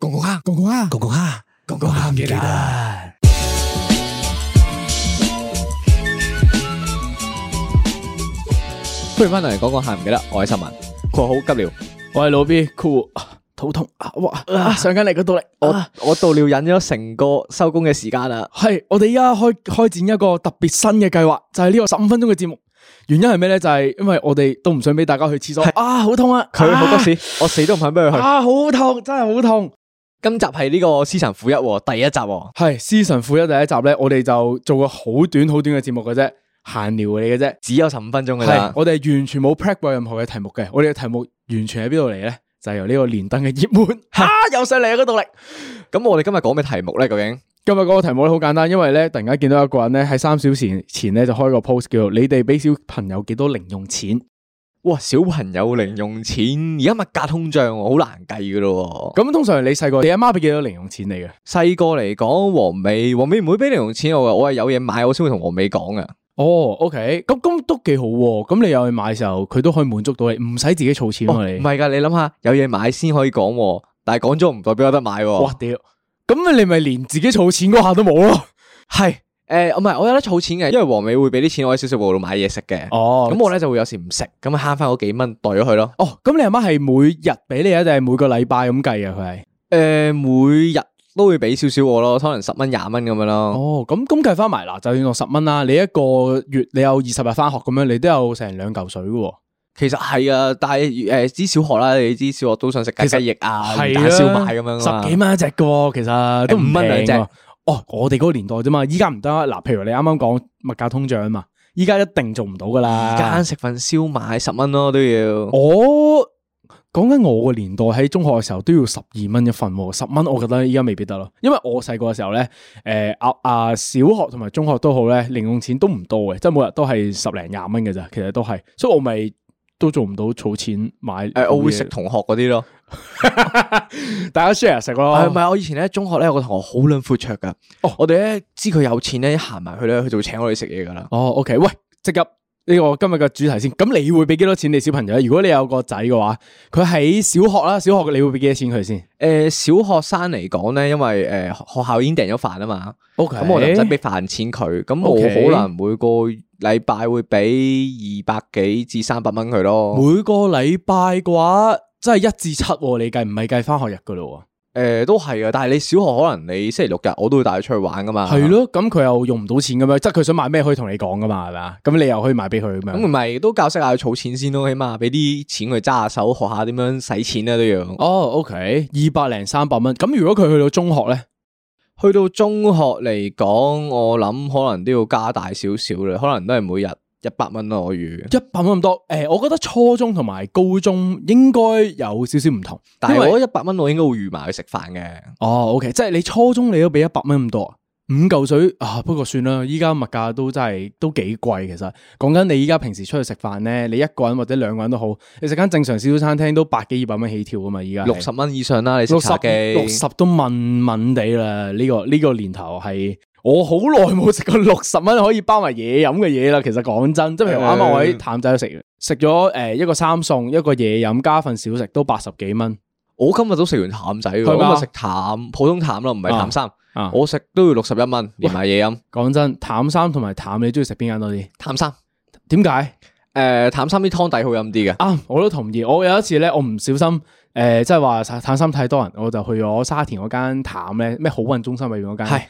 公公虾，公公虾，公公虾，公公虾唔記得。不如翻嚟講講下唔記得，我係新文，佢好急尿，我係老 B，酷啊肚痛啊，哇啊上緊嚟嗰度嚟，我我我到尿忍咗成個收工嘅時間啦，係我哋依家開開展一個特別新嘅計劃，就係呢個十五分鐘嘅節目。原因係咩咧？就係因為我哋都唔想俾大家去廁所係啊，好痛啊！佢好多事屎，我死都唔肯俾佢去。啊，好痛，真係好痛。今集係呢個思神苦一喎第一集喎，係《思神父一》第一集咧，我哋就做個好短好短嘅節目嘅啫，閒聊嚟嘅啫。只有十五分鐘㗎係啦。我哋完全冇 prep 過任何嘅題目嘅，我哋嘅題目完全喺邊度嚟咧？就係由呢個連登嘅熱門啊，又上嚟嗰度嚟。咁我哋今日講咩題目咧？究竟今日嗰個題目咧好簡單，因為咧突然間見到一個人咧喺三小時前咧就開個 post 叫做你哋俾小朋友幾多零用錢？哇，小朋友零用錢而家物價通脹喎，好難計噶咯喎。咁通常你細個你阿媽俾幾多零用錢你嘅？細個嚟講，黃美黃美唔會俾零用錢我嘅，我係有嘢買我先會同黃美講啊嘅。哦，OK，咁咁都幾好喎、咁你又去買嘅時候，佢都可以滿足到你，唔使自己儲錢哦喎、唔你。係㗎，你諗下有嘢買先可以講喎，但係講咗唔代表有得買喎。哇屌！咁你咪連自己儲錢嗰下都冇咯？係诶，誒唔係我有得儲錢嘅，因為黃美會俾啲錢我喺小食部度買嘢食嘅。哦咁我咧就會有時唔食，咁啊慳翻嗰幾蚊袋咗佢咯。哦，咁你阿媽係每日俾你啊，定係每個禮拜咁計啊？佢係诶，每日都會俾少少我咯，可能十蚊廿蚊咁樣咯。哦，咁咁計翻埋嗱，就算我十蚊啦，你一個月你有二十日翻學咁樣，你都有成兩嚿水嘅喎。其實係啊，但係诶，知小學啦，你知小學都想食雞其實雞翼啊、魚係蛋燒賣咁樣啊嘛十幾蚊一隻嘅喎，其實都唔誒五蚊兩隻平喎。哦，我哋嗰個年代啫嘛，依家唔得啊。嗱，譬如你啱啱講物價通脹啊嘛，依家一定做唔到噶啦。間食份燒賣十蚊咯都要。我講緊我個年代喺中學嘅時候都要十二蚊一份喎，十蚊我覺得依家未必得咯，因為我細個嘅時候咧，誒啊啊小學同埋中學都好咧，零用錢都唔多嘅，即係每日都係十零廿蚊嘅咋，其實都係，所以我咪都做唔到儲錢買。诶，我會食，同學嗰啲咯。大家 share 食咯。係唔係？我以前咧中學咧有個同學好撚闊綽噶。哦我哋咧知佢有錢咧，一行埋去咧，佢就會請我哋食嘢噶啦。哦，OK，喂，即入呢個今日嘅主題先。咁你會俾幾多錢你小朋友咧？如果你有個仔嘅話，佢喺小學啦，小學你會俾幾多錢佢先诶、呃小學生嚟講咧，因為诶、呃、學校已經訂咗飯啊嘛， ？OK，咁我就唔使俾飯錢佢，咁我 OK 可能每個禮拜會俾二百幾至三百蚊佢咯。每個禮拜嘅話，真係一至七喎、你計唔係計翻學日噶咯诶、都係啊，但係你小學可能你星期六日我都會帶佢出去玩噶嘛。喎？係。咯，咁佢又用唔到錢咁樣，即係佢想買咩可以同你講噶嘛，係咪啊？咁你又可以買俾佢咁咁唔樣。係都教識下佢儲錢先咯，起碼俾啲錢佢揸下手，學下點樣使錢啊啦都要。哦，OK，二百零三百蚊。咁如果佢去到中學嗯咧，去到中學嚟講，我諗可能都要加大少少啦，可能都係每日一百蚊咯，我預。一百蚊咁多，誒、我覺得初中同埋高中應該有少少唔同。但因係為我一百蚊我應該會預埋佢食飯嘅。哦，OK，即係你初中你都俾一百蚊咁多啊，五嚿水啊，不過算啦，依家物價都真係都幾貴其實。講緊你依家平時出去食飯咧，你一個人或者兩個人都好，你食間正常小餐廳都百幾二百蚊起跳噶嘛，依家係六十蚊以上啦，你食六十茶記六十都問問地啦，呢、個呢、個年頭係。我好耐冇食過 六十蚊可以包埋嘢飲嘅嘢啦，其實講真，即係譬嗯如啱啱我喺淡仔食食咗誒一個三餸一個嘢飲加份小食都八十幾蚊我今日都食完淡仔喎，係我今嘛日食淡普通淡啦，唔係淡三，啊！我我食都要六十一蚊，連埋嘢飲講真，淡三同埋淡你中意食邊間多啲？淡三。點解？誒淡三啲湯底好飲啲嘅，啊，我都同意。我有一次咧，我唔小心誒、呃即係話淡心太多人，我就去咗沙田嗰間淡咧，咩好運中心裏邊嗰間。係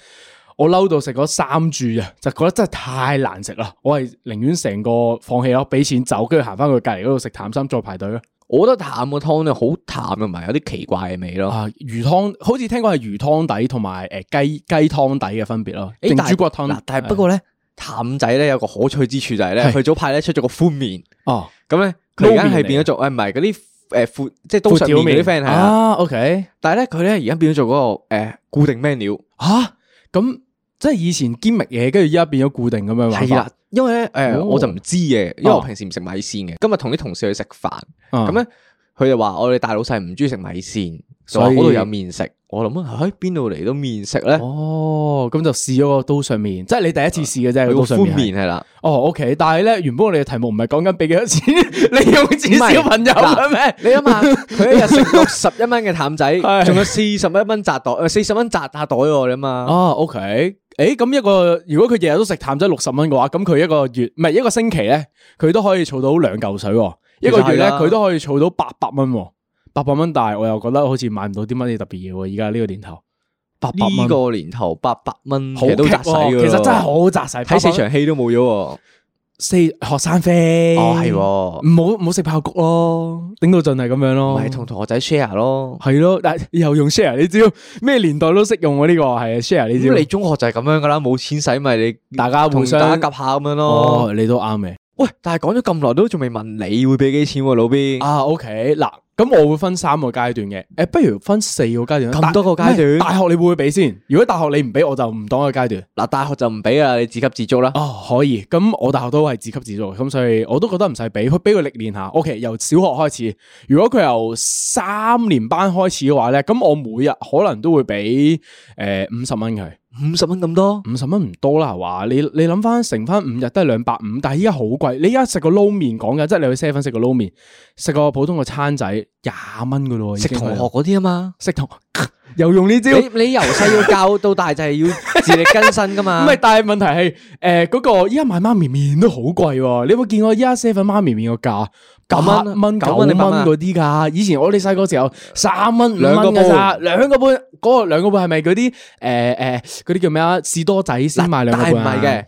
我嬲到食咗三注啊，就覺得真係太難食啦。我係寧願成個放棄咯，俾錢走，跟住行翻去隔離嗰度食淡心，再排隊咯。我覺得淡個湯咧好淡，同埋有啲奇怪嘅味咯。啊，魚湯好似聽講係魚湯底同埋誒雞雞湯底嘅分別咯，誒定但係豬骨湯。嗱但係不過咧，淡仔咧有個可取之處就係咧，係佢早排咧出咗個寬麵，哦，咁咧佢而家撈麵嚟係嘅變咗做誒唔係嗰啲诶阔，即係刀削面嗰啲 friend 係啊。啊，OK，但係咧佢咧而家變咗做嗰個诶固定 menu，吓咁即系以前兼密嘢，跟住依家變咗固定咁樣玩係啦法。，因為咧诶哦我就唔知嘅，因為我哦平時唔食米線嘅。今日同啲同事去食飯，咁咁咧佢就話我哋大老細唔中意食米線，就話所以嗰度有面食。我諗啊，喺邊度嚟到面食咧？哦，咁就試咗個刀上面，即係你第一次試嘅啫。佢個個刀上寬面係面係啦。哦，OK，但係咧原本我哋嘅題目唔係講緊俾幾 多錢你用唔係紙小朋友嘅咩？你諗下， 佢一日食六十一蚊嘅淡仔， 係仲有四十一蚊扎袋，四十蚊扎下袋喎，你嘛？哦，OK，诶，咁一個如果佢日日都食淡仔六十蚊嘅話，咁佢一個月唔係一個星期咧，佢都可以儲到兩嚿水喎。一個月咧，其實係啦佢都可以儲到八百蚊喎，八百蚊。但係我又覺得好似買唔到啲乜嘢特別嘢喎。而家呢個年頭，八百呢蚊個年頭八百蚊嗯好其實都棘扎使喎㗎其實真係喎好扎使。睇四800蚊場戲都冇咗喎。四學生飛，哦係喎唔好唔好食爆谷咯，頂到盡係咁樣咯。咪同同學仔 share 咯。係咯，但係又用 share 呢招，咩年代都識用喎呢個係啊 share 呢招。咁你中學就係咁樣噶啦，冇錢使咪你大家互相同大家夾下咁樣咯。哦，你都啱嘅。喂，但係講咗咁耐都仲未問你會俾幾錢喎，老 B？啊，OK，嗱，咁我會分三個階段嘅，诶，不如分四個階段啦。咁多個大階段唔係大學你會唔會俾先？如果大學你唔俾，我就唔當一個階段。嗱，大學就唔俾啊，你自給自足啦。哦，可以，咁我大學都係自給自足嘅，咁所以我都覺得唔使俾，佢俾佢歷練下。OK，由小學開始，如果佢由三年班開始嘅話咧，咁我每日可能都會俾诶五十蚊佢，五十蚊咁多，五十蚊唔多啦，係嘛？你你諗翻乘翻五日都係兩百五，但係依家好貴。你依家食個撈面講緊，即係你去 seven 食個撈面，食個普通個餐仔廿蚊噶咯喎，已食經係同學嗰啲啊嘛。食同 又用呢招。你你由細要教到大就係要 自力更生噶嘛。唔係，但係問題係，诶、嗰、個依家買媽咪面都好貴喎。你有冇見過依家 seven 媽咪面個價九八蚊蚊、九九蚊蚊定八蚊啊嗰啲㗎？以前我哋細個時候三蚊、五蚊兩個㗎咋，半兩個半嗰個兩個半係咪嗰啲诶诶嗰啲叫咩啊？士多仔先買兩個但係半唔啊係嘅，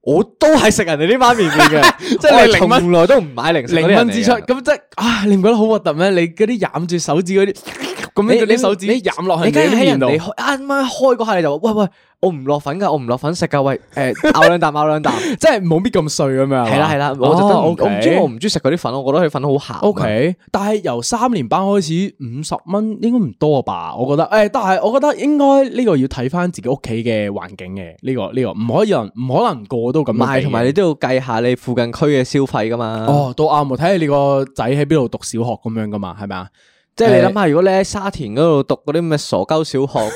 我都係食人哋啲媽 咪面嘅，即係係你你零蚊從來都唔買零食嗰啲 零人嚟蚊嘅支出，咁即係啊！你唔覺得好核突咩？你嗰啲攬住手指嗰啲，咁樣嗰啲手指攬落去你梗係啲喺面人度，哋開啱啱開嗰下你就話喂喂，我唔落粉噶，我唔落粉食噶，喂誒咬兩啖咬兩啖，即係哦冇必咁碎咁 樣。係啦係啦，我特登唔我唔中意我唔中意食嗰啲粉，我覺得佢粉好鹹啊。 O K，但係由三年班開始，五十蚊應該唔多吧？我覺得，诶、但係我覺得應該呢個要睇翻自己屋企嘅環境嘅，呢、個呢、個唔可以人唔可能個個都咁啊唔樣係俾同埋嘅你都要計下你附近區嘅消費噶嘛。，哦，都啱喎，睇下你個仔喺邊度讀小學咁樣噶嘛，係咪啊？即係你諗下，下，如果你喺沙田嗰度讀嗰啲咩傻鳩小 學，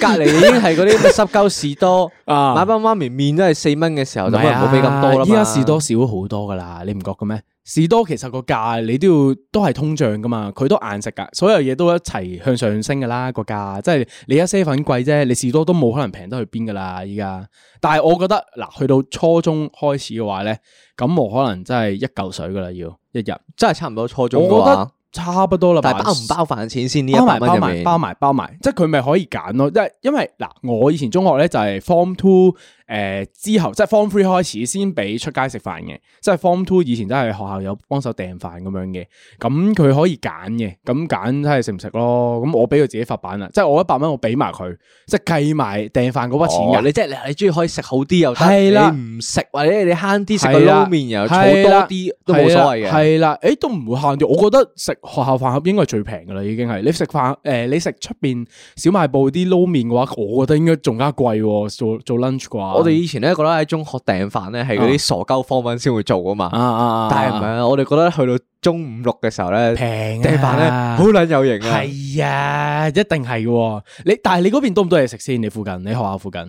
隔離已經係嗰啲咩濕鳩士多，啊買包媽咪面都係四蚊嘅時候，就唔可能係唔啊好俾啊咁多啦嘛。依家士多少好多噶啦，你唔覺嘅咩？士多其實個價你都要都係通脹噶嘛，佢都硬食噶，所有嘢都一齊向上升噶啦個價，即係你一些粉貴啫，你士多都冇可能平得去邊噶啦依家。但係我覺得嗱，去到初中開始嘅話咧，咁我可能真係一嚿水噶啦要一日，真係差唔多初中嘅我覺得話，差不多啦吧。但係包唔包飯錢先呢一包百埋蚊包入埋面？包埋包埋，即係佢咪可以揀咯。即係因為嗱，我以前中學咧就係 form two 誒、之後，即係 form three 開始先俾出街食飯嘅。即係 form two 以前真係學校有幫手訂飯咁樣嘅，咁佢可以揀嘅，咁揀睇係食唔食咯。咁我俾佢自己發版啦，即係我一百蚊我俾埋佢，即係計埋訂飯嗰筆錢哦㗎。你即係你你中意可以食好啲又得，係啦你唔食或者你慳啲食個係啦撈麵，然後儲多啲都冇所謂嘅。系啊啦，诶都唔會限住，我覺得食學校飯盒應該係最平噶啦，已經係你食飯诶，你食出边小賣部啲撈麵嘅話，我覺得應該仲加貴喎，做做 lunch 啩。我哋以前咧覺得喺中學訂飯咧係嗰啲傻鳩方文先會做啊啊嘛，啊啊，但係唔係啊？我哋覺得去到中五六嘅時候咧，平啊訂飯咧好撚有型啊！系啊，一定係喎。你但係你嗰邊多唔多嘢食先？你附近，你學校附近，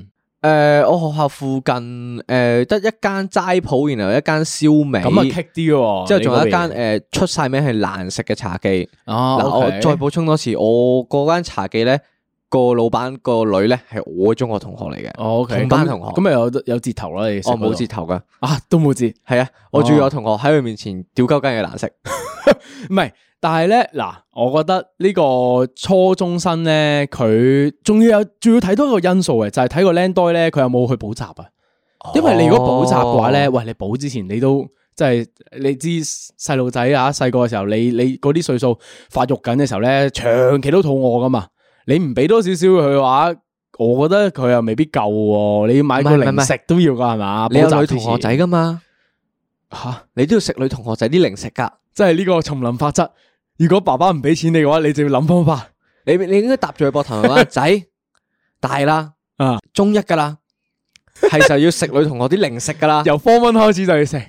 诶，我學校附近诶得一間齋鋪，然後一間燒味，咁啊棘啲喎。之後仲有一間你嗰邊诶出晒名係難食嘅茶記。哦，嗱，我 OK 再補充多次，我嗰間茶記咧個老闆個女咧係我中學同學嚟嘅，哦，OK，同班咁同學。咁咪有有折頭啦，你食我嗰哦冇度折頭噶，啊，都冇折。係啊，我仲有同學喺佢面前屌鳩間嘢難食，唔係，但係咧嗱，我覺得呢個初中生咧，佢仲要有仲要睇多一個因素嘅，就係睇個僆呆咧，佢有冇去補習啊？哦因為你如果補習嘅話咧，喂，你補之前你都即係你知細路仔啊，細個嘅時候，你你嗰啲歲數發育緊嘅時候咧，長期都肚餓噶嘛，你唔俾多少少佢嘅話。我覺得佢又未必夠喎，你要買個唔係唔係唔零係食都要噶係嘛？你補有習女之同前學仔噶嘛，吓，你都要食女同學仔啲零食噶，即係呢個叢林法則，如果爸爸唔俾錢你嘅話，你就要諗方法。你你应该搭住佢膊頭 話仔大啦，啊，中一噶啦，係就要食女同學啲零食 噶啦。由科温開始就要食。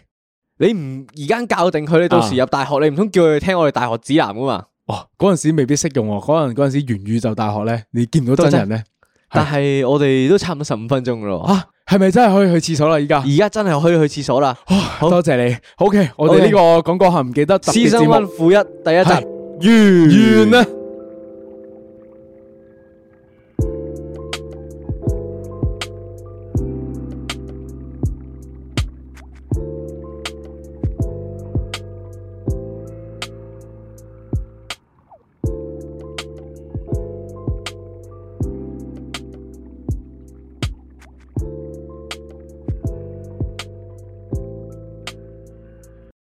你唔而家教定佢，你啊到時入大學，你唔通叫佢聽我哋大學指南噶嘛？哦，嗰阵时未必適用喎，可能嗰阵时元宇宙大學咧，你見唔到真人咧，但係我哋都差唔多十五分鐘噶咯。啊，係咪真係可以去廁所啦？依家，哦而家真係可以去廁所啦。好多謝你。OK，我哋呢個廣告係唔記得特別 Season 節 One 目負一第一集。完啦。